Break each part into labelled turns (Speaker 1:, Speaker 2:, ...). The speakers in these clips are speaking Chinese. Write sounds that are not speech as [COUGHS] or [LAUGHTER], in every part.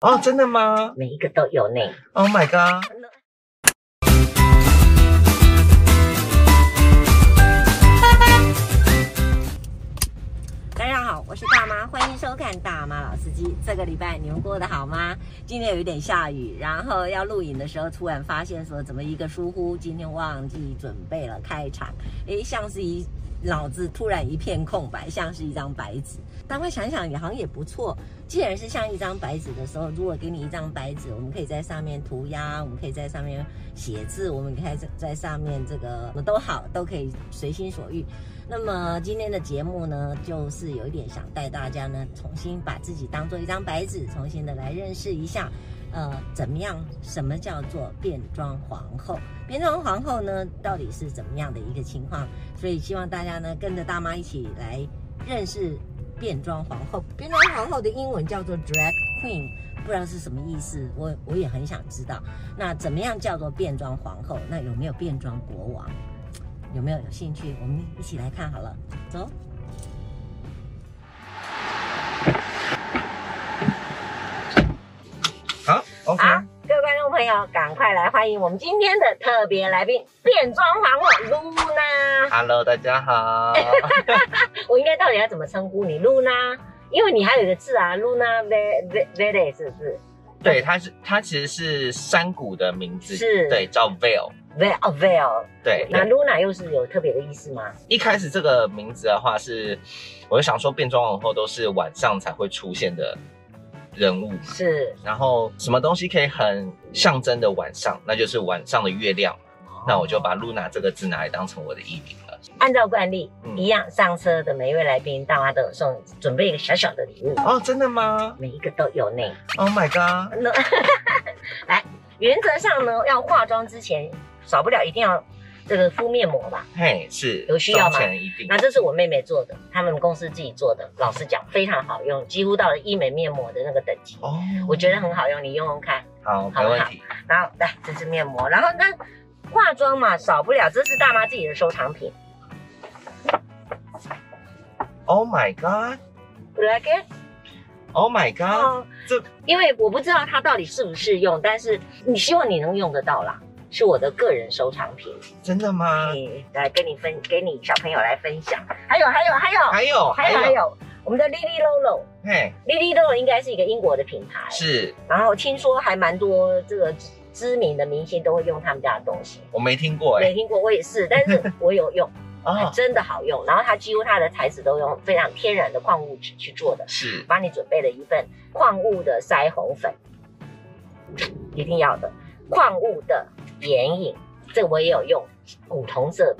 Speaker 1: 哦，真的吗
Speaker 2: 每一个都有呢。
Speaker 1: ？Oh my god！
Speaker 2: 大家好，我是大妈，欢迎收看《大妈老司机》。这个礼拜你们过得好吗？今天有一点下雨，然后要录影的时候，突然发现说怎么一个疏忽，今天忘记准备了开场，诶，像是一脑子突然一片空白，像是一张白纸。大妈想想也好像也不错，既然是像一张白纸的时候，如果给你一张白纸，我们可以在上面涂鸦，我们可以在上面写字，我们可以在在上面这个什么都好，都可以随心所欲。那么今天的节目呢，就是有一点想带大家呢，重新把自己当做一张白纸，重新的来认识一下，呃，怎么样，什么叫做变装皇后？变装皇后呢，到底是怎么样的一个情况？所以希望大家呢，跟着大妈一起来认识变装皇后。变装皇后的英文叫做 drag queen，不知道是什么意思，我我也很想知道。那怎么样叫做变装皇后？那有没有变装国王？有没有有兴趣？我们一起来看好了，走。
Speaker 1: 好，OK，、
Speaker 2: 好，各位观众朋友，赶快来欢迎我们今天的特别来宾——变装皇后露娜。
Speaker 1: Hello，大家
Speaker 2: [LAUGHS]
Speaker 1: 好。
Speaker 2: 我应该到底要怎么称呼你，露娜？因为你还有一个字啊，露娜 ve ve vele 是不是
Speaker 1: 对，它是它其实是山谷的名字，
Speaker 2: 是
Speaker 1: 对，叫 Vale。
Speaker 2: ？ve 哦 vele，
Speaker 1: 对，
Speaker 2: 那露娜又是有特别的意思吗？
Speaker 1: 一开始这个名字的话是，我就想说变装皇后都是晚上才会出现的人物，
Speaker 2: 是
Speaker 1: 然后什么东西可以很象征的晚上，那就是晚上的月亮。
Speaker 2: 哦
Speaker 1: 那我就把 Luna 这个字拿来当成我的艺名了。
Speaker 2: 按照惯例，
Speaker 1: 嗯
Speaker 2: 一样上车的每一位来宾，大妈都有送准备一个小小的礼物，
Speaker 1: 哦，真的吗
Speaker 2: 每一个都有呢。
Speaker 1: ？Oh my god！
Speaker 2: 那 [LAUGHS] 来，原则上呢，要化妆之前，少不了一定要这个敷面膜吧。
Speaker 1: 嘿，是
Speaker 2: 有需要吗
Speaker 1: 妆前一定
Speaker 2: 那这是我妹妹做的，他们公司自己做的，老实讲非常好用，几乎到了医美面膜的那个等级，
Speaker 1: 哦，
Speaker 2: 我觉得很好用，你用用看。
Speaker 1: 好，
Speaker 2: 好
Speaker 1: 没问题。
Speaker 2: 然后来，这是面膜，然后那化妆嘛，少不了这是大妈自己的收藏品
Speaker 1: Oh my god！Oh
Speaker 2: You，like it？
Speaker 1: my god！
Speaker 2: 哦，
Speaker 1: 这
Speaker 2: 因为我不知道它到底适不适用，但是你希望你能用得到啦，是我的个人收藏品，
Speaker 1: 真的吗？
Speaker 2: 嗯，来跟你分，给你小朋友来分享。还有还有还有
Speaker 1: 还有
Speaker 2: 还有还，有，我们的 Lily Lolo，Lily
Speaker 1: 嘿，
Speaker 2: Lolo 应该是一个英国的品牌，
Speaker 1: 是
Speaker 2: 然后听说还蛮多这个知知名的明星都会用他们家的东西。
Speaker 1: 我没听过哎
Speaker 2: 没。听过，我也是，但是我有用，
Speaker 1: [LAUGHS] 哦，
Speaker 2: 真的好用。然后它几乎它的材质都用非常天然的矿物质去做的，
Speaker 1: 是
Speaker 2: 帮你准备了一份矿物的腮红粉，一定要的。矿物的眼影，这个我也有用，古铜色、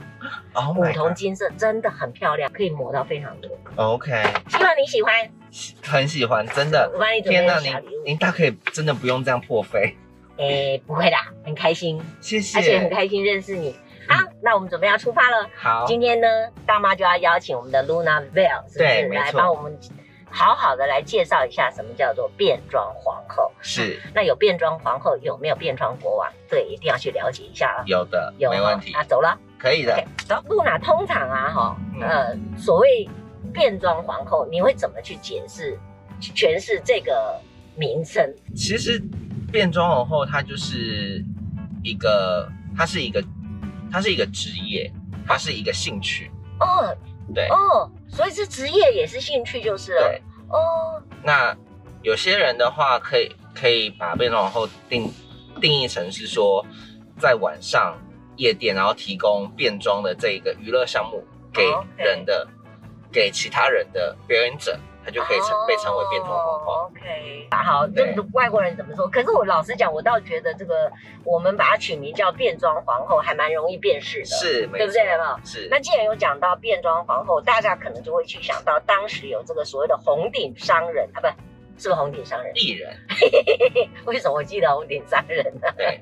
Speaker 1: ，Oh
Speaker 2: 古
Speaker 1: my
Speaker 2: 铜金色，真的很漂亮，可以抹到非常多。
Speaker 1: god！OK，
Speaker 2: 希望你喜欢，
Speaker 1: 很喜欢，真的。
Speaker 2: 我帮你准
Speaker 1: 天
Speaker 2: 备
Speaker 1: 呐，
Speaker 2: 了
Speaker 1: 您
Speaker 2: 小礼物。
Speaker 1: 您大可以真的不用这样破费， [LAUGHS]
Speaker 2: 诶，不会的，很开心，
Speaker 1: 谢
Speaker 2: 而且很
Speaker 1: 谢。
Speaker 2: 开心认识你。好，那我们准备要出发了。
Speaker 1: 好，
Speaker 2: 今天呢，大妈就要邀请我们的 Luna Vale，是不
Speaker 1: 对
Speaker 2: 是
Speaker 1: 没
Speaker 2: 来
Speaker 1: 错
Speaker 2: 帮我们好好的来介绍一下什么叫做变装皇后？
Speaker 1: 是
Speaker 2: 那有变装皇后，有没有变装国王？这一定要去了解一下啊。
Speaker 1: 有的，
Speaker 2: 有
Speaker 1: 没
Speaker 2: 哈
Speaker 1: 问题，
Speaker 2: 那走了。
Speaker 1: 可以的
Speaker 2: OK，。走。Luna 通常啊，哈，
Speaker 1: 嗯
Speaker 2: 呃，所谓变装皇后，你会怎么去解释、去诠释这个名称？
Speaker 1: 其实变装皇后她就是一个，她是一个，她是一个职业，她是一个兴趣。
Speaker 2: 哦
Speaker 1: 对
Speaker 2: 哦，所以是职业也是兴趣就是了
Speaker 1: 对。，
Speaker 2: 哦，
Speaker 1: 那有些人的话，可以可以把变装皇后定定义成是说，在晚上夜店，然后提供变装的这个娱乐项目给
Speaker 2: 哦 OK
Speaker 1: 人的给其他人的表演者，他就可以成、被称为变装皇后。
Speaker 2: 哦 OK，好，
Speaker 1: 对
Speaker 2: 这个外国人怎么说？可是我老实讲，我倒觉得这个我们把它取名叫变装皇后，还蛮容易辨识的。。
Speaker 1: 是，没
Speaker 2: 对不对
Speaker 1: 错
Speaker 2: 嘛
Speaker 1: 是，
Speaker 2: 那既然有讲到变装皇后，大家可能就会去想到当时有这个所谓的红顶商人啊，不是不是红顶商人？
Speaker 1: 艺人，
Speaker 2: 为什么我记得红顶商人呢？ [LAUGHS]
Speaker 1: 对，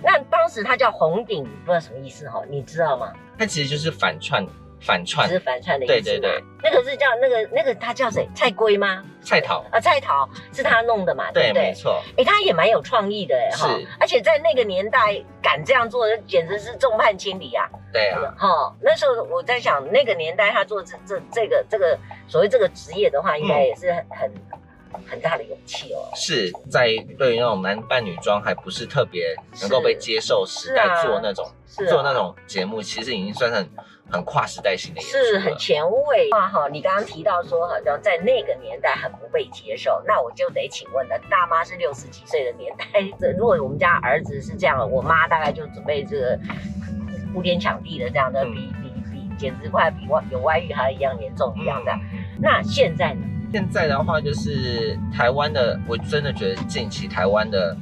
Speaker 2: 那当时他叫红顶，不知道什么意思哈、你知道吗？
Speaker 1: 他其实就是反串反串
Speaker 2: 只是反串的意思。
Speaker 1: 对对对。
Speaker 2: 那个是叫那个那个他叫谁？蔡圭吗？
Speaker 1: 菜桃，
Speaker 2: 啊，蔡桃是他弄的嘛？
Speaker 1: 对，
Speaker 2: 不对？
Speaker 1: 没错，
Speaker 2: 哎、他也蛮有创意的哎
Speaker 1: 是
Speaker 2: 哈，而且在那个年代敢这样做，简直是众叛亲离啊！
Speaker 1: 对啊，
Speaker 2: 哈，那时候我在
Speaker 1: 嗯
Speaker 2: 想，那个年代他做这这这个这个所谓这个职业的话，应该也是很很很大的勇气哦。
Speaker 1: 是在对于那种男扮女装还不是特别能够被接受时代
Speaker 2: 是啊
Speaker 1: 做那种、
Speaker 2: 是啊
Speaker 1: 做那种节目，其实已经算是很很跨时代性的演
Speaker 2: 是
Speaker 1: 出
Speaker 2: 很
Speaker 1: 了。嗯
Speaker 2: 前卫哇哈！你刚刚提到说，好像在那个年代很不被接受，那我就得请问了，大妈是六十几岁的年代，这如果我们家儿子是这样，我妈大概就准备这个哭天抢地的这样的，
Speaker 1: 嗯
Speaker 2: 比比比，简直快比外有外遇还一样严重一样的。
Speaker 1: 嗯
Speaker 2: 那现在呢？
Speaker 1: 现在的话，就是台湾的，我真的觉得近期台湾的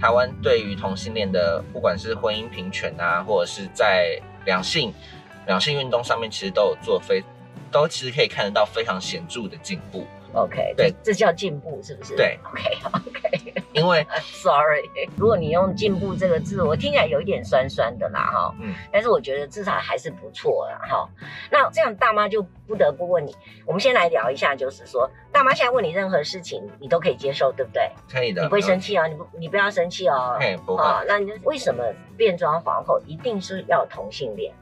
Speaker 1: 台湾对于同性恋的，不管是婚姻平权啊，或者是在两性两性运动上面，其实都有做非都其实可以看得到非常显著的进步。
Speaker 2: OK，
Speaker 1: 对
Speaker 2: 这，这叫进步是不是？
Speaker 1: 对
Speaker 2: ，OK OK，
Speaker 1: 因为
Speaker 2: [LAUGHS] Sorry，如果你用进步这个字，我听起来有一点酸酸的啦哈。
Speaker 1: 嗯
Speaker 2: 但是我觉得至少还是不错啦哈。那这样大妈就不得不问你，我们先来聊一下，就是说大妈现在问你任何事情，你都可以接受，对不对？
Speaker 1: 可以的，
Speaker 2: 你不会生气哦，你不你不要生气哦。
Speaker 1: 嘿不会
Speaker 2: 啊，那你就为什么变装皇后一定是要同性恋？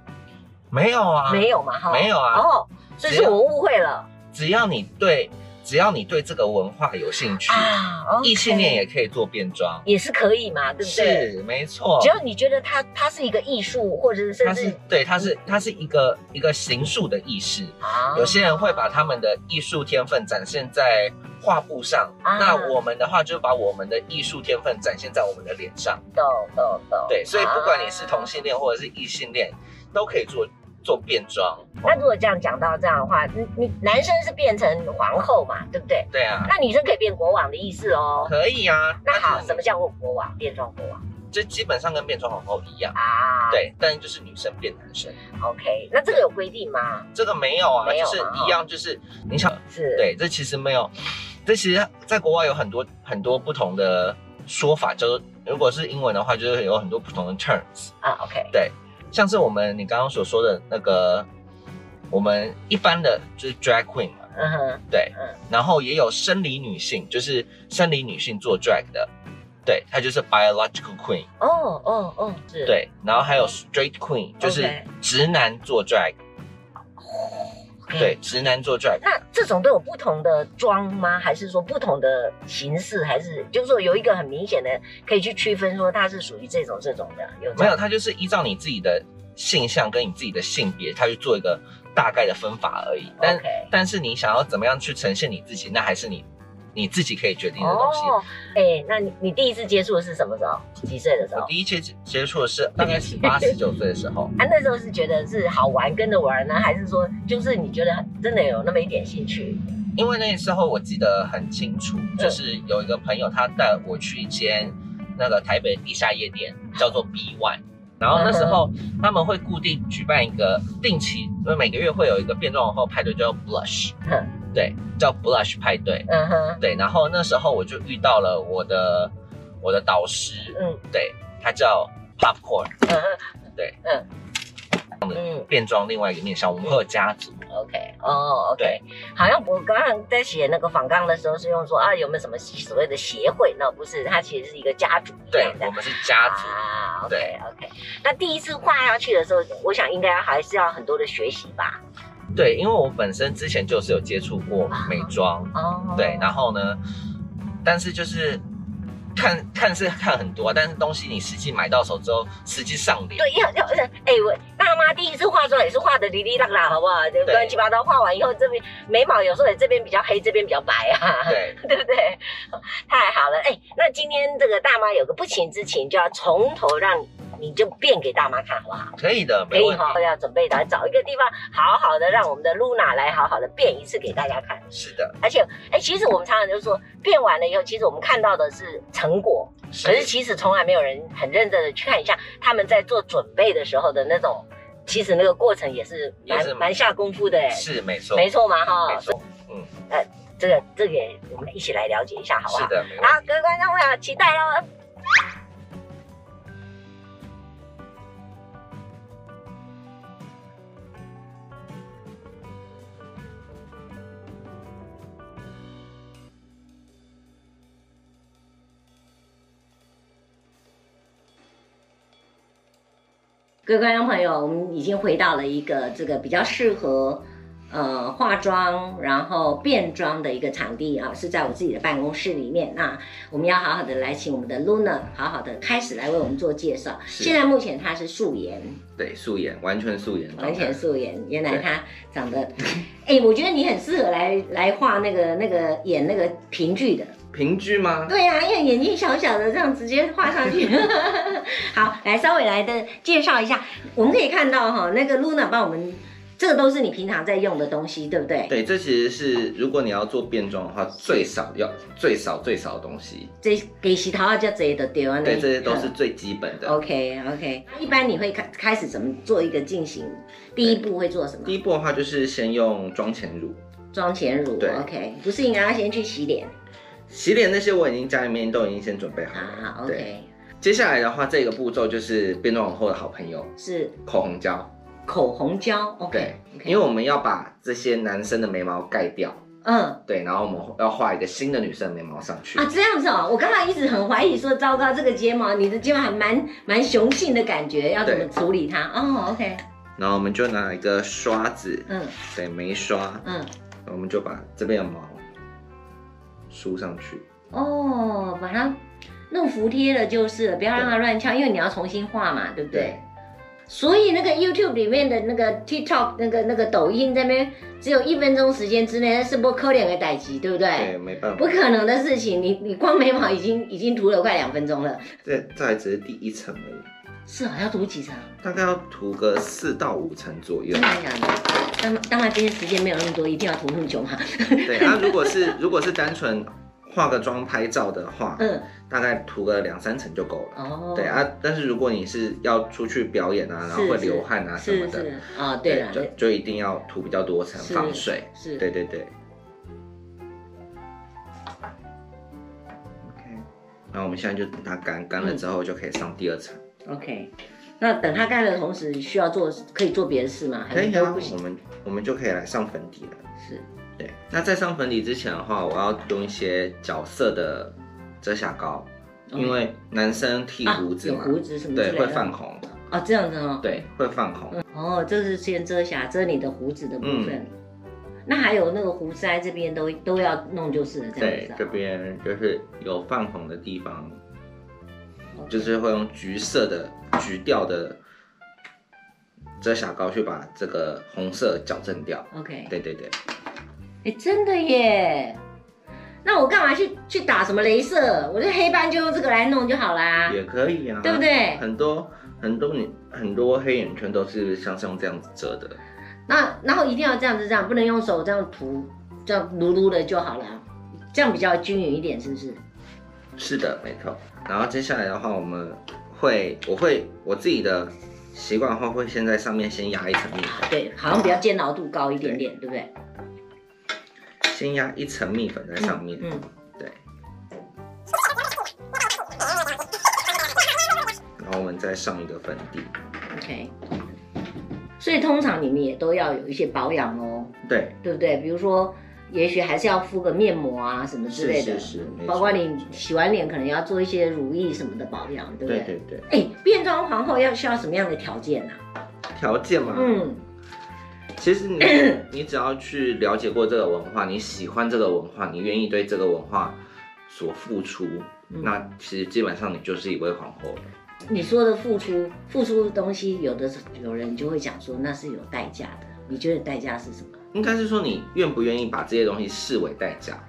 Speaker 1: 没有啊，
Speaker 2: 没有嘛哈？
Speaker 1: 没有啊
Speaker 2: 哦，所以是
Speaker 1: 只有
Speaker 2: 我误会了
Speaker 1: 只要你对只要你对这个文化有兴趣，
Speaker 2: 啊。
Speaker 1: 异性恋
Speaker 2: OK
Speaker 1: 也可以做变装，
Speaker 2: 也是可以嘛，对不对？
Speaker 1: 是没错
Speaker 2: 只。要你觉得它它是一个艺术，或者是甚
Speaker 1: 它
Speaker 2: 至
Speaker 1: 是对，它是它是一个一个形塑的意识，
Speaker 2: 啊
Speaker 1: 有些人会把他们的艺术天分展现在画布上，
Speaker 2: 啊
Speaker 1: 那我们的话就是把我们的艺术天分展现在我们的脸上。
Speaker 2: 懂懂懂。
Speaker 1: 对，所以不管你是同
Speaker 2: 啊
Speaker 1: 性恋或者是异性恋，都可以做做变装。
Speaker 2: 啊那如果这样讲到这样的话，你你男生是变成皇后嘛，对不对？
Speaker 1: 对啊，
Speaker 2: 那女生可以变国王的意思哦。
Speaker 1: 可以啊。
Speaker 2: 那好，
Speaker 1: 就是
Speaker 2: 什么叫国王？变装国王
Speaker 1: 这基本上跟变装皇后一样。
Speaker 2: 啊？
Speaker 1: 对，但就是女生变男生，
Speaker 2: ，OK。那这个有规定吗？
Speaker 1: 这个没有啊，
Speaker 2: 没有
Speaker 1: 就是
Speaker 2: 嘛
Speaker 1: 一样，就是你想
Speaker 2: 是，，
Speaker 1: 对，这其实没有，这其实在国外有很多很多不同的说法，就是如果是英文的话，就是有很多不同的 terms。
Speaker 2: 啊，OK。
Speaker 1: 像是我们你刚刚所说的那个，我们一般的就是 drag queen 嘛，
Speaker 2: 嗯哼，
Speaker 1: 对，
Speaker 2: 嗯
Speaker 1: 然后也有生理女性，就是生理女性做 drag 的，对，她就是 biological queen，
Speaker 2: 哦哦哦，是，，
Speaker 1: 对，然后还有 straight queen，就是
Speaker 2: OK
Speaker 1: 直男做 drag，、对，。
Speaker 2: 嗯
Speaker 1: 直男做 drag，
Speaker 2: 那这种都有不同的妆吗？还是说不同的形式？还是就是说有一个很明显的可以去区分说它是属于这种这种的？有这
Speaker 1: 没
Speaker 2: 样
Speaker 1: 有，她就是依照你自己的性向跟你自己的性别，她去做一个大概的分法而已，但
Speaker 2: OK
Speaker 1: 但是你想要怎么样去呈现你自己，那还是你你自己可以决定的东西。
Speaker 2: 哦，哎、那你你第一次接触的是什么时候？几岁的时候？
Speaker 1: 我
Speaker 2: 啊，
Speaker 1: 第一次接触的是大概十八十九岁的时候，
Speaker 2: 那时候是觉得是好玩，跟着玩呢，还是说就是你觉得真的有那么一点兴趣？
Speaker 1: 因为那时候我记得很清楚，就是有一个朋友他带我去一间那个台北地下夜店，叫做 B One。然后那时候他们会固定举办一个定期，因为每个月会有一个变装皇后派对，叫 Blush，
Speaker 2: 哼
Speaker 1: 对，叫 Blush 派对，
Speaker 2: 嗯哼，
Speaker 1: 对。然后那时候我就遇到了我的我的导师，
Speaker 2: 嗯
Speaker 1: 对他叫 Popcorn
Speaker 2: 嗯
Speaker 1: [LAUGHS] 对，
Speaker 2: 嗯嗯
Speaker 1: 变装另外一个面向，我们会有家族，
Speaker 2: ，OK，哦
Speaker 1: 对
Speaker 2: ，OK，好像我刚刚在写那个访纲的时候是用说啊有没有什么所谓的协会？那不是，它其实是一个家族一
Speaker 1: 对
Speaker 2: 样的
Speaker 1: 我。们是家族，
Speaker 2: 啊
Speaker 1: 对
Speaker 2: ，OK OK，那第一次画下去的时候，我想应该还是要很多的学习吧。
Speaker 1: 对，因为我本身之前就是有接触过美妆，
Speaker 2: 哦，
Speaker 1: 对，然后呢，但是就是看看是看很多啊，但是东西你实际买到手之后，实际上脸，
Speaker 2: 对，要要是哎，我大妈第一次化妆也是化的哩哩啦啦，好不好？就乱七八糟画完以后，这边眉毛有时候也这边比较黑，这边比较白
Speaker 1: [LAUGHS]
Speaker 2: 啊，
Speaker 1: 对，
Speaker 2: 对不对？太好了，哎，那今天这个大妈有个不情之请，就要从头让你你就变给大妈看，好不好？
Speaker 1: 可以的，
Speaker 2: 啊可
Speaker 1: 没
Speaker 2: 以
Speaker 1: 问题，
Speaker 2: 哈，要准备来找一个地方，好好的让我们的露娜来好好的变一次给大家看。
Speaker 1: 是的，
Speaker 2: 而且，哎，其实我们常常就说，变完了以后，其实我们看到的是成果，可是其实从来没有人很认真的去看一下他们在做准备的时候的那种，其实那个过程也是
Speaker 1: 也
Speaker 2: 蛮
Speaker 1: 是
Speaker 2: 蛮下功夫的哎，
Speaker 1: 是没错，
Speaker 2: 没错嘛哈呃
Speaker 1: 没，错，嗯
Speaker 2: 这个这个也我们一起来了解一下好不啊
Speaker 1: 是
Speaker 2: 好？
Speaker 1: 的，没问题。
Speaker 2: 好，各位观众朋友，期待喽！各位观众朋友，我们已经回到了一个这个比较适合呃化妆，然后变装的一个场地啊，是在我自己的办公室里面。那我们要好好的来请我们的 Luna 好好的开始来为我们做介绍。
Speaker 1: 是
Speaker 2: 现在目前她是素颜，
Speaker 1: 对，素颜，完全素颜，
Speaker 2: 啊完全素颜。原来她长得，哎、 [LAUGHS] 我觉得你很适合来来画那个那个演那个评剧的。
Speaker 1: 平居吗？
Speaker 2: 对啊呀、因为眼睛小小的，这样直接画上去。 [LAUGHS] 好，来稍微来的介绍一下，我们可以看到哈，那个 Luna 帮我们，这个都是你平常在用的东西，对不对？
Speaker 1: 对，这其实是如果你要做变装的话，最少要最少最少的东西，
Speaker 2: 这给洗头啊，叫这的对啊，哦
Speaker 1: 对，这些都是。最基本的。
Speaker 2: OK OK，一般你会开开始怎么做一个进行？第一步会做什么
Speaker 1: 第？一步的话就是先用妆前乳，
Speaker 2: 妆前乳
Speaker 1: 对
Speaker 2: ，OK，不是应该要先去洗脸
Speaker 1: 洗脸那些我已经家里面都已经先准备好了。
Speaker 2: 啊
Speaker 1: 对，
Speaker 2: ？OK，
Speaker 1: 接下来的话，这个步骤就是变装皇后的好朋友
Speaker 2: 是
Speaker 1: 口红胶。
Speaker 2: 口红胶
Speaker 1: 对
Speaker 2: ，OK，
Speaker 1: 因为我们要把这些男生的眉毛盖掉，
Speaker 2: 嗯。
Speaker 1: 对，然后我们要画一个新的女生的眉毛上去。
Speaker 2: 啊，这样子哦，我刚刚一直很怀疑说，糟糕，这个睫毛，你的睫毛还蛮蛮雄性的感觉，要怎么
Speaker 1: 对
Speaker 2: 处理它？哦，OK，
Speaker 1: 然后我们就拿一个刷子，
Speaker 2: 嗯
Speaker 1: 对，眉刷，
Speaker 2: 嗯，
Speaker 1: 我们就把这边的毛梳上去。
Speaker 2: 哦，把它弄服帖了就是了，不要让它乱翘，因为你要重新画嘛，对不对？
Speaker 1: 对
Speaker 2: 所以那个 YouTube 里面的那个 TikTok 那个那个抖音这边，只有一分钟时间之内，那是不可怜的代级，对不对？
Speaker 1: 对，没办
Speaker 2: 哎不
Speaker 1: 法，
Speaker 2: 可能的事情，你你光眉毛已经已经涂了快两分钟了，
Speaker 1: 这这还只是第一层而已，
Speaker 2: 是哦，要涂几层？
Speaker 1: 大概要涂个四到五层左右
Speaker 2: 真。的假的？当当然，这些时间没有那么多，一定要涂那么久嘛。
Speaker 1: 对，那如果是如果是单纯化个妆拍照的话，
Speaker 2: 嗯，
Speaker 1: 大概涂个两三层就够了。
Speaker 2: 哦，
Speaker 1: 对，啊，但是如果你是要出去表演啊，然后
Speaker 2: 是
Speaker 1: 会
Speaker 2: 是
Speaker 1: 流汗啊什么
Speaker 2: 是
Speaker 1: 的，
Speaker 2: 是，哦，对了，
Speaker 1: 就就一定要涂比较多层
Speaker 2: 是
Speaker 1: 防水。
Speaker 2: 是，
Speaker 1: 对对对。OK，然后我们现在就等它干，干了之后就可以上第二层。
Speaker 2: 嗯，OK。那等它干的同时，需要做可以做别的事吗？还
Speaker 1: 可
Speaker 2: 是
Speaker 1: 以
Speaker 2: 都
Speaker 1: 啊
Speaker 2: 不，行
Speaker 1: 我。们我们就可以来上粉底了。
Speaker 2: 是，
Speaker 1: 对，那在上粉底之前的话，我要用一些角色的遮瑕膏，因为男生剃
Speaker 2: 哦啊
Speaker 1: 胡子
Speaker 2: 有
Speaker 1: 嘛，
Speaker 2: 胡子什么之类
Speaker 1: 对，
Speaker 2: 的
Speaker 1: 会泛红，
Speaker 2: 哦，这样子哦。
Speaker 1: 对，会泛红。
Speaker 2: 哦，这是先遮瑕，遮你的胡子的部分。那还有那个胡腮这边都都要弄就是了，这样
Speaker 1: 对
Speaker 2: 子啊。，
Speaker 1: 这边就是有泛红的地方，
Speaker 2: OK
Speaker 1: 就是会用橘色的橘调的遮瑕膏去把这个红色矫正掉。
Speaker 2: OK。
Speaker 1: 对对对，
Speaker 2: 哎，真的耶。那我干嘛去去打什么镭射？我这黑斑就用这个来弄就好啦。
Speaker 1: 也可以啊，
Speaker 2: 对不对
Speaker 1: 很多很多你很多黑眼圈都是像像这样子遮的，
Speaker 2: 那然后一定要这样子这样，不能用手这样涂，这样撸撸的就好了，这样比较均匀一点，是不是？
Speaker 1: 是的，没错。然后接下来的话，我们会我会我自己的习惯的话，会先在上面先压一层蜜粉，
Speaker 2: 对，好像比较煎熬度高一点点，对不对？
Speaker 1: 先压一层蜜粉在上面。
Speaker 2: 嗯，
Speaker 1: 对。然后我们再上一个粉底，
Speaker 2: 嗯，OK。所以通常你们也都要有一些保养哦，
Speaker 1: 对，
Speaker 2: 对不对？比如说，也许还是要敷个面膜啊什么之
Speaker 1: 是
Speaker 2: 类
Speaker 1: 是
Speaker 2: 的，
Speaker 1: 是，没
Speaker 2: 包
Speaker 1: 错
Speaker 2: 括你洗完脸可能要做一些乳液什么的保养，对不
Speaker 1: 对
Speaker 2: 对？
Speaker 1: 对对
Speaker 2: 哎，变装皇后要需要什么样的条件呢、啊
Speaker 1: 条件嘛，
Speaker 2: 嗯，
Speaker 1: 其实你
Speaker 2: [COUGHS]
Speaker 1: 你只要去了解过这个文化，你喜欢这个文化，你愿意对这个文化所付出，
Speaker 2: 嗯
Speaker 1: 那其实基本上你就是一位皇后了。
Speaker 2: 你说的付出，付出的东西，有的有人就会讲说那是有代价的。你觉得代价是什么？
Speaker 1: 应该是说你愿不愿意把这些东西视为代价。
Speaker 2: 啊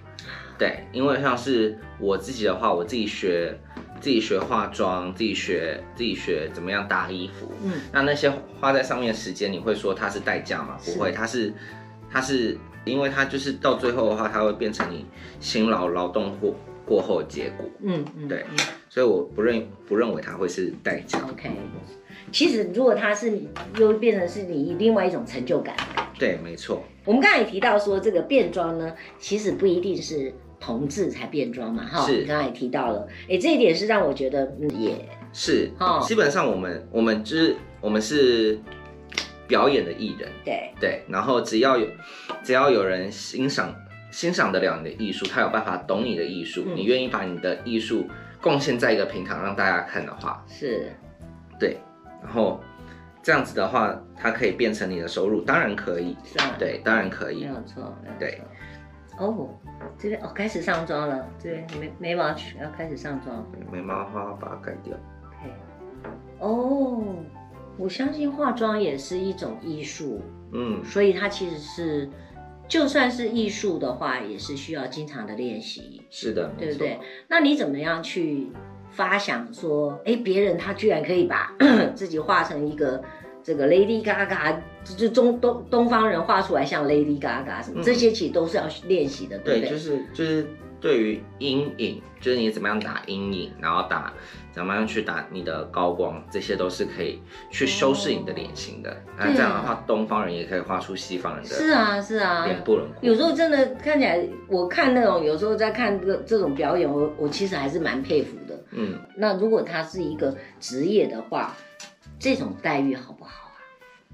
Speaker 1: 对，因为像是我自己的话，我自己学自己学化妆，自己学自己学怎么样搭衣服，
Speaker 2: 嗯，
Speaker 1: 那那些花在上面的时间，你会说它是代价吗？
Speaker 2: 是
Speaker 1: 不会，它是它是因为它就是到最后的话，它会变成你辛劳劳动过过后的结果，
Speaker 2: 嗯嗯，
Speaker 1: 对
Speaker 2: 嗯
Speaker 1: 所以我不认不认为它会是代价。
Speaker 2: OK，其实如果它是又变成是你另外一种成就感。
Speaker 1: 对，没错，
Speaker 2: 我们刚才也提到说，这个变装呢，其实不一定是同志才变装嘛，哈。
Speaker 1: 是
Speaker 2: 你刚才也提到了，哎，这一点是让我觉得嗯也
Speaker 1: 是
Speaker 2: 哦
Speaker 1: 基本上我们我们就是我们是表演的艺人。
Speaker 2: 对，
Speaker 1: 对，然后只要有只要有人欣赏欣赏得了你的艺术，他有办法懂你的艺术，
Speaker 2: 嗯
Speaker 1: 你愿意把你的艺术贡献在一个平台让大家看的话，
Speaker 2: 是
Speaker 1: 对，然后这样子的话，它可以变成你的收入，当然可以，
Speaker 2: 是啊，，
Speaker 1: 对，当然可
Speaker 2: 没
Speaker 1: 以。
Speaker 2: 有错，没有错
Speaker 1: 对。
Speaker 2: 哦，这边哦开始上妆了，这边眉眉毛去要开始上妆。
Speaker 1: 眉嗯毛的话把它改掉，
Speaker 2: OK。哦，我相信化妆也是一种艺术，
Speaker 1: 嗯，
Speaker 2: 所以它其实是，就算是艺术的话，也是需要经常的练习。
Speaker 1: 是的，没
Speaker 2: 对不
Speaker 1: 错
Speaker 2: 对？？那你怎么样去发想说，哎，别人他居然可以把 [COUGHS] 自己画成一个这个 Lady Gaga，就就中东东方人画出来像 Lady Gaga 什么，
Speaker 1: 嗯
Speaker 2: 这些其实都是要练习的，对不
Speaker 1: 对，
Speaker 2: 对？
Speaker 1: 就是就是对于阴影，就是你怎么样打阴影，然后打怎么样去打你的高光，这些都是可以去修饰你的脸型的。那、这样的话，东方人也可以画出西方人
Speaker 2: 哦是
Speaker 1: 的
Speaker 2: 啊，是啊。
Speaker 1: 脸部轮廓。
Speaker 2: 有时候真的看起来，我看那种有时候在看这个这种表演，我我其实还是蛮佩服的。
Speaker 1: 嗯，
Speaker 2: 那如果他是一个职业的话，这种待遇好不好啊？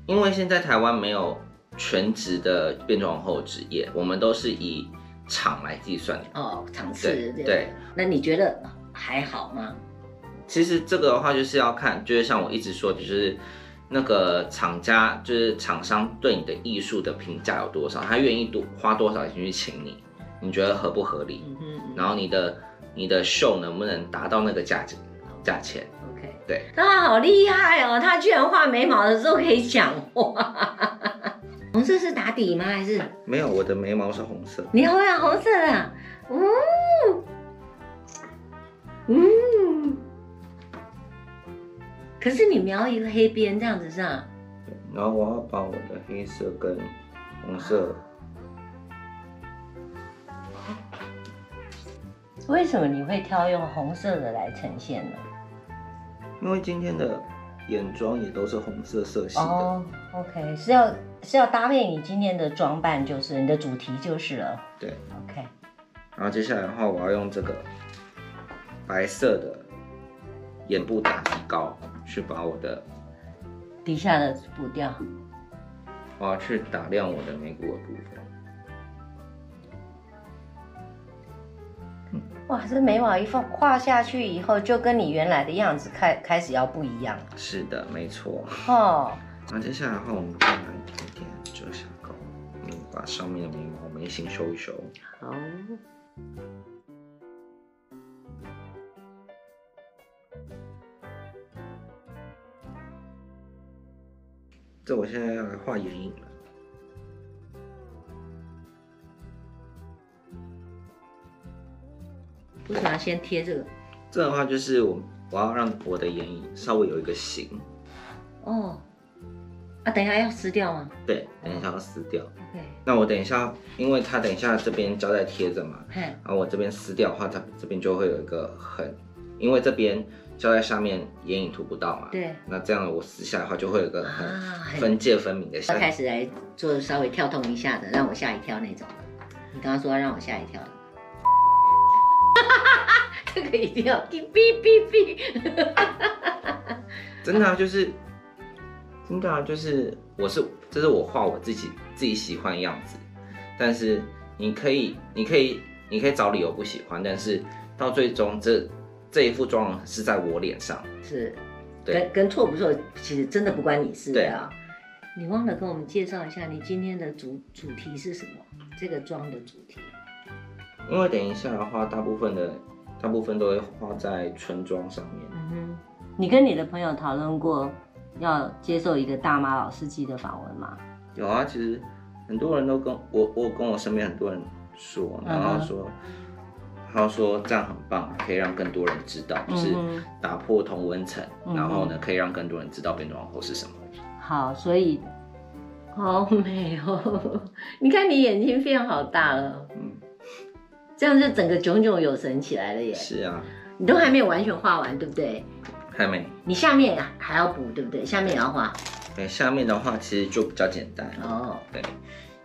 Speaker 1: 因为现在台湾没有全职的变装皇后职业，我们都是以场来计算的。
Speaker 2: 哦，场次
Speaker 1: 对
Speaker 2: 不
Speaker 1: 对，
Speaker 2: 那你觉得啊还好吗？
Speaker 1: 其实这个的话就是要看，就是像我一直说的，就是那个厂家，就是厂商对你的艺术的评价有多少，他愿意多花多少钱去请你，你觉得合不合理？
Speaker 2: 嗯哼嗯
Speaker 1: 然后你的你的秀能不能达到那个价值价钱？
Speaker 2: OK，
Speaker 1: 对，
Speaker 2: 他好厉害哦！他居然画眉毛的时候可以讲话。 [LAUGHS] 红色是打底吗？还是
Speaker 1: 没有，我的眉毛是红色。
Speaker 2: 你要染红色的啊？嗯嗯。可是你描一个黑边这样子上，
Speaker 1: 然后我要把我的黑色跟红
Speaker 2: 色。为什么你会挑用红色的来呈现呢？
Speaker 1: 因为今天的眼妆也都是红色色系
Speaker 2: 哦、o k 是要是要搭配你今天的装扮，就是你的主题就是了。
Speaker 1: 对。
Speaker 2: OK，
Speaker 1: 然后接下来的话，我要用这个白色的眼部打底膏去把我的，
Speaker 2: 底下的步调。
Speaker 1: 我要去打亮我的眉骨的部分。
Speaker 2: 哇，这眉毛一放画下去以后，就跟你原来的样子开开始要不一样了
Speaker 1: 是的，没错。
Speaker 2: 哦。
Speaker 1: 然后接下来的话，我们再来一点点遮瑕膏，嗯，把上面的眉毛眉形修一修。
Speaker 2: 好，
Speaker 1: 这我现在要来画眼影了。
Speaker 2: 为什么要先贴这个？
Speaker 1: 这的话就是我我要让我的眼影稍微有一个形，
Speaker 2: 哦，啊，等一下要撕掉吗
Speaker 1: 对，等一下要撕掉。
Speaker 2: ？OK，
Speaker 1: 那我等一下，因为它等一下这边胶带贴着嘛，
Speaker 2: 嘿，
Speaker 1: 然后我这边撕掉的话，它这边就会有一个痕，因为这边胶带下面眼影涂不到嘛。。
Speaker 2: 对，
Speaker 1: 那这样我撕下来的话，就会有一个很
Speaker 2: 啊，
Speaker 1: 分界分明的
Speaker 2: 要
Speaker 1: 线。
Speaker 2: 开始来做稍微跳动一下的，让我吓一跳那种。你刚刚说要让我吓一跳的。 [LAUGHS] 这个一定要哔哔哔，
Speaker 1: 真的啊，就是真的啊，就是我是这是我画我自己自己喜欢的样子，但是你可以你可以你可以找理由不喜欢，但是到最终这这一副妆容是在我脸上。
Speaker 2: 是
Speaker 1: 对
Speaker 2: 跟跟错不错，其实真的不关你事
Speaker 1: 对
Speaker 2: 的啊。你忘了跟我们介绍一下，你今天的主主题是什么？这个妆的主题。
Speaker 1: 因为等一下的话，大部分的大部分都会画在唇妆上面。
Speaker 2: 嗯哼，你跟你的朋友讨论过要接受一个大妈老司机的访问吗？
Speaker 1: 有啊，其实很多人都跟我，我有跟我身边很多人说，
Speaker 2: 嗯哼
Speaker 1: 然后说，他说这样很棒，可以让更多人知道，就是
Speaker 2: 嗯哼
Speaker 1: 打破同温层，
Speaker 2: 嗯哼
Speaker 1: 然后呢，可以让更多人知道变装皇后是什么。
Speaker 2: 好，所以好美哦！ [LAUGHS] 你看你眼睛变好大了，
Speaker 1: 嗯，
Speaker 2: 这样就整个炯炯有神起来了耶！
Speaker 1: 是啊，
Speaker 2: 你都还没有完全画完，对不对？
Speaker 1: 还没。
Speaker 2: 你下面啊还要补，对不对？下面也要画
Speaker 1: 对，哎下面的话其实就比较简单。
Speaker 2: 哦。
Speaker 1: 对，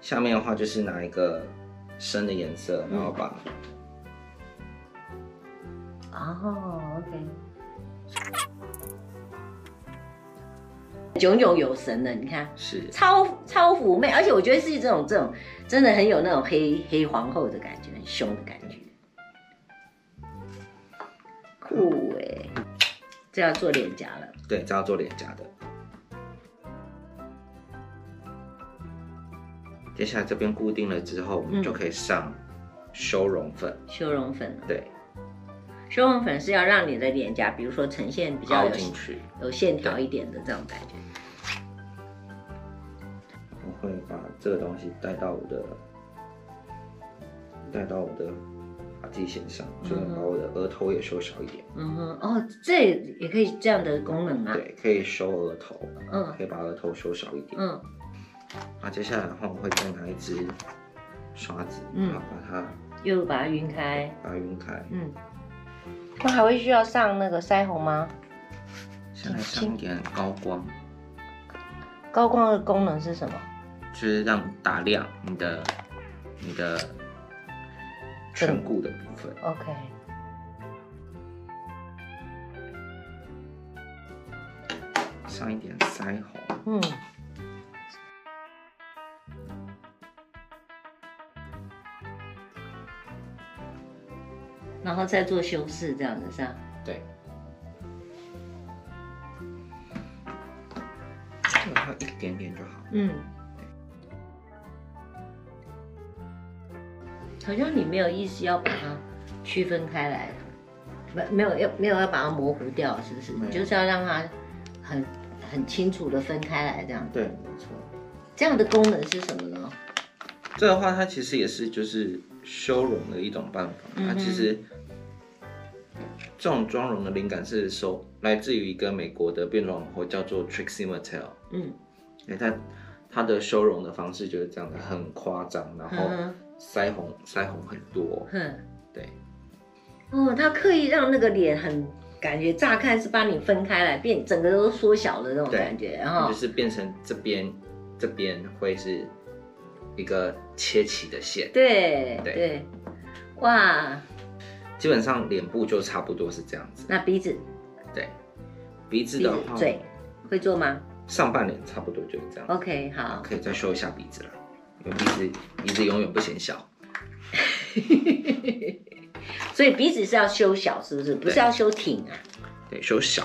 Speaker 1: 下面的话就是拿一个深的颜色，然后把
Speaker 2: 嗯哦，OK。炯炯有神的，你看，
Speaker 1: 是
Speaker 2: 超超妩媚，而且我觉得是这种这种真的很有那种黑黑皇后的感觉，很凶的感觉，酷哎、这要做脸颊了。
Speaker 1: 对，这要做脸颊的。接下来这边固定了之后，我们
Speaker 2: 嗯
Speaker 1: 就可以上修容粉。
Speaker 2: 修容粉呢？哦
Speaker 1: 对，
Speaker 2: 修容粉是要让你的脸颊，比如说呈现比较
Speaker 1: 凹
Speaker 2: 有
Speaker 1: 进去，
Speaker 2: 有线条一点的这种感觉。
Speaker 1: 我会把这个东西带到我的，带到我的发际线上，
Speaker 2: 嗯哼
Speaker 1: 就能把我的额头也修小一点。
Speaker 2: 嗯哼，哦，这也可以这样的功能啊。
Speaker 1: 对，可以修额头，
Speaker 2: 嗯
Speaker 1: 可以把额头修小一点。
Speaker 2: 嗯
Speaker 1: 那接下来的话，我会再拿一支刷子，
Speaker 2: 嗯
Speaker 1: 然后把它
Speaker 2: 又把它晕开。
Speaker 1: 把它晕开。
Speaker 2: 嗯，那还会需要上那个腮红吗？
Speaker 1: 先来上一点高光，
Speaker 2: 高光的功能是什么？
Speaker 1: 就是让打亮你的你的颧骨的部分。
Speaker 2: OK，
Speaker 1: 上一点腮红，
Speaker 2: 嗯，然后再做修饰，这样子是吧？
Speaker 1: 对。这个要一点点就好。
Speaker 2: 嗯，好像你没有意思要把它区分开来，没没有要没有要把它模糊掉，是不是？
Speaker 1: 没
Speaker 2: 你
Speaker 1: 有
Speaker 2: 就是要让它很很清楚的分开来，这样
Speaker 1: 对，没错。
Speaker 2: 这样的功能是什么呢？
Speaker 1: 这个话它其实也是就是修容的一种办法，
Speaker 2: 嗯哼
Speaker 1: 它其实这种妆容的灵感是受来自于一个美国的变装皇后叫做 Trixie Mattel，
Speaker 2: 嗯
Speaker 1: 哎，她她的修容的方式就是这样的，很夸张，然后
Speaker 2: 哼
Speaker 1: 腮红腮红很多，
Speaker 2: 哼，
Speaker 1: 对
Speaker 2: 哦，他刻意让那个脸很感觉乍看是把你分开来，变整个都缩小的那种
Speaker 1: 对
Speaker 2: 感觉，然后
Speaker 1: 就是变成这边这边会是一个切起的线，
Speaker 2: 对
Speaker 1: 对
Speaker 2: 对，哇，
Speaker 1: 基本上脸部就差不多是这样子，
Speaker 2: 那鼻子
Speaker 1: 对，鼻子
Speaker 2: 鼻
Speaker 1: 的
Speaker 2: 子哦
Speaker 1: 话，
Speaker 2: 嘴会做吗
Speaker 1: 上半脸差不多就是这样。
Speaker 2: ？OK，好。
Speaker 1: 可以再修一下鼻子了，因为鼻子鼻子永远不显小。
Speaker 2: 所以鼻子是要修小，是不是？不是要修挺啊？
Speaker 1: 对，修小。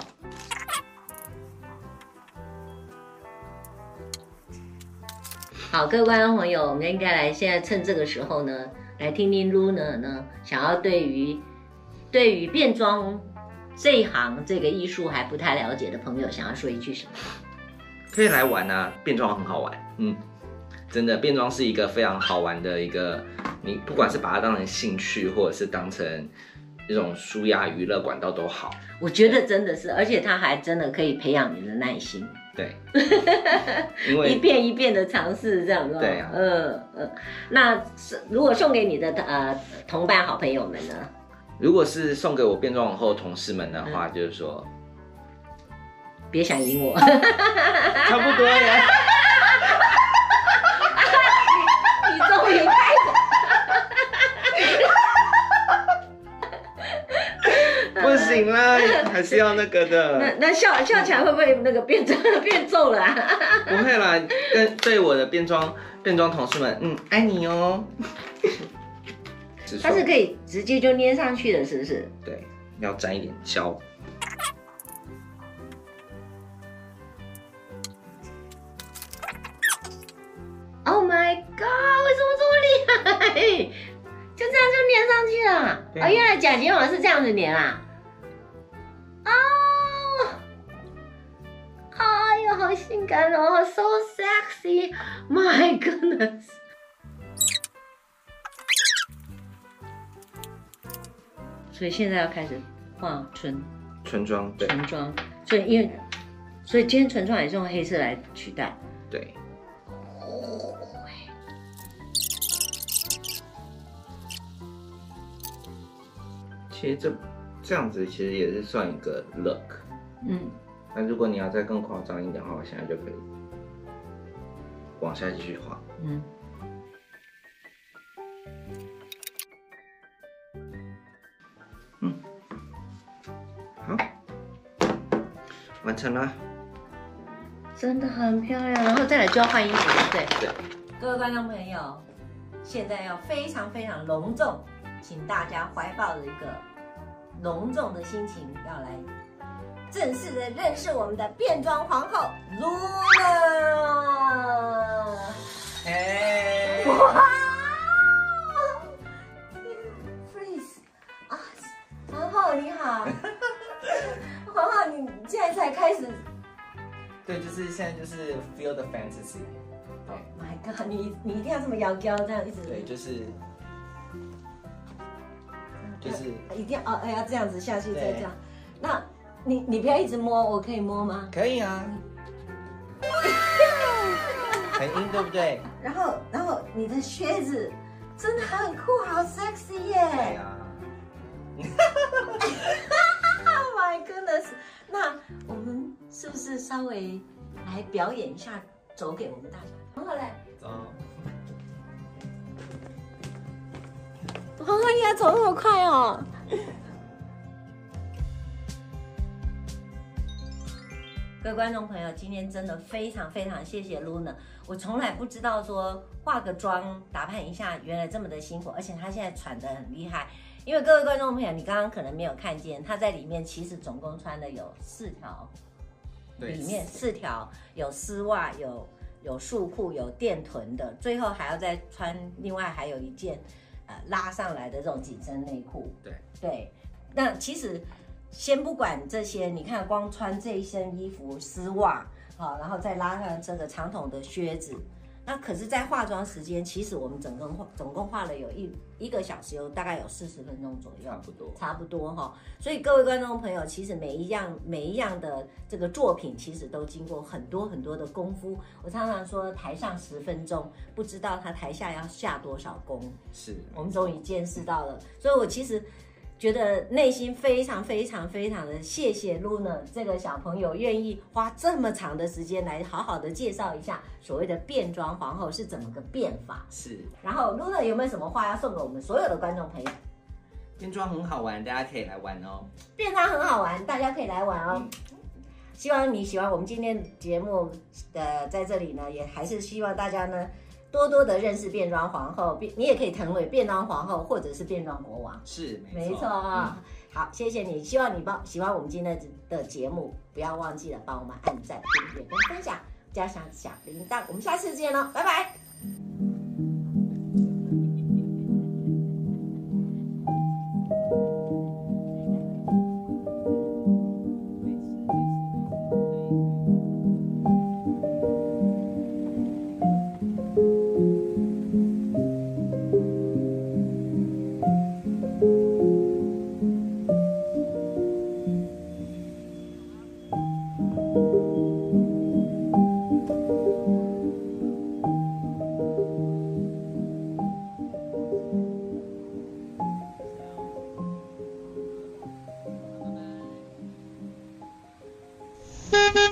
Speaker 2: 好，各位观众朋友，我们应该来现在趁这个时候呢，来听听 Luna 呢，想要对于对于变装这一行这个艺术还不太了解的朋友，想要说一句什么？
Speaker 1: 可以来玩啊，变装很好玩，嗯，真的变装是一个非常好玩的一个，你不管是把它当成兴趣，或者是当成一种舒压娱乐管道都好，
Speaker 2: 我觉得真的是，而且它还真的可以培养你的耐心，
Speaker 1: 对，因
Speaker 2: 一
Speaker 1: 为
Speaker 2: 遍一遍的尝试这样子。
Speaker 1: 对啊
Speaker 2: 嗯嗯。那是如果送给你的呃同伴好朋友们呢？
Speaker 1: 如果是送给我变装皇后同事们的话，就是说
Speaker 2: 别想赢
Speaker 1: [LAUGHS]
Speaker 2: 我。
Speaker 1: 差不多呀，
Speaker 2: 你终于开
Speaker 1: 不行啦，还是要那个
Speaker 2: 那 [LAUGHS]
Speaker 1: 的，
Speaker 2: 那笑笑起来会不会那个变皱 [LAUGHS] 变皱了、啊？
Speaker 1: 不会啦，跟对我的变装变装同事们，嗯，爱你哦。是
Speaker 2: 它是可以直接就粘上去的，是不是？
Speaker 1: 对，要沾一点胶。
Speaker 2: Oh my god！为什么这么厉害？ [LAUGHS] 就这样就粘上去
Speaker 1: 对
Speaker 2: 了？
Speaker 1: 啊
Speaker 2: 哦，原来假睫毛是这样子粘啊！哦，哎呦，好性感哦，so [LAUGHS] sexy！My goodness！所以现在要开始画唇
Speaker 1: 唇妆，对
Speaker 2: 唇妆，所以因为所以今天唇妆也是用黑色来取代。
Speaker 1: 对，其实这这样子其实也是算一个 look。
Speaker 2: 嗯，
Speaker 1: 那如果你要再更夸张一点的话，我现在就可以往下继续画。
Speaker 2: 嗯，
Speaker 1: 好，完成了。
Speaker 2: 真的很漂亮。然后再来就要换衣服，对
Speaker 1: 对。
Speaker 2: 各位观众朋友，现在要非常非常隆重，请大家怀抱着一个隆重的心情，要来正式的认识我们的变装皇后 Luna。哎哇，freeze 啊，皇后你好，皇后你现在才开始
Speaker 3: 对，就是现在就是 feel the fantasy，
Speaker 2: ，Oh my god，你你一定要这么摇摇这样一直
Speaker 3: 对对，就是就是
Speaker 2: 一嗯定要哦，哎要这样子下去
Speaker 3: 对
Speaker 2: 再这样，那你你不要一直摸，我可以摸吗？
Speaker 3: 可以啊，
Speaker 2: [LAUGHS]
Speaker 3: 很硬对不对？
Speaker 2: 然后然后你的靴子真的很酷，好 sexy 耶、
Speaker 3: 对啊，
Speaker 2: Oh my goodness！那我们是不是稍微来表演一下，走给我们大家看？皇后嘞，
Speaker 3: 走，
Speaker 2: 皇后你要走那么快哦？各位观众朋友，今天真的非常非常谢谢 Luna，我从来不知道说化个妆打扮一下原来这么的辛苦，而且她现在喘得很厉害。因为各位观众朋友，你刚刚可能没有看见，她在里面其实总共穿的有四条
Speaker 3: 对，
Speaker 2: 里面四条有丝袜，有有束裤，有垫臀的，最后还要再穿，另外还有一件呃拉上来的这种紧身内裤。
Speaker 3: 对
Speaker 2: 对，那其实先不管这些，你看光穿这一身衣服、丝袜，好，然后再拉上这个长筒的靴子。那可是，在化妆时间，其实我们整个化总共化了有一一个小时，有大概有四十分钟左右
Speaker 3: 差。不多，
Speaker 2: 差不多哈、所以各位观众朋友，其实每一样每一样的这个作品，其实都经过很多很多的功夫。我常常说，台上十分钟，不知道他台下要下多少功。
Speaker 1: 嗯
Speaker 3: 是，
Speaker 2: 我们终于见识到了，所以我其实觉得内心非常非常非常的谢谢 Luna 这个小朋友愿意花这么长的时间来好好的介绍一下所谓的变装皇后是怎么个变法。
Speaker 3: 是。
Speaker 2: 然后 Luna 有没有什么话要送给我们所有的观众朋友？
Speaker 3: 变装很好玩，大家可以来玩哦。
Speaker 2: 变装很好玩，大家可以来玩哦
Speaker 3: 嗯。
Speaker 2: 希望你喜欢我们今天的节目，呃，在这里呢，也还是希望大家呢多多的认识变装皇后，变你也可以成为变装皇后或者是变装国王，
Speaker 3: 是，没
Speaker 2: 没错啊、好，谢谢你，希望你帮喜欢我们今天的节目，不要忘记了帮我们按赞、订阅跟分享，加上小铃铛，我们下次见喽，拜拜。
Speaker 4: Thank you.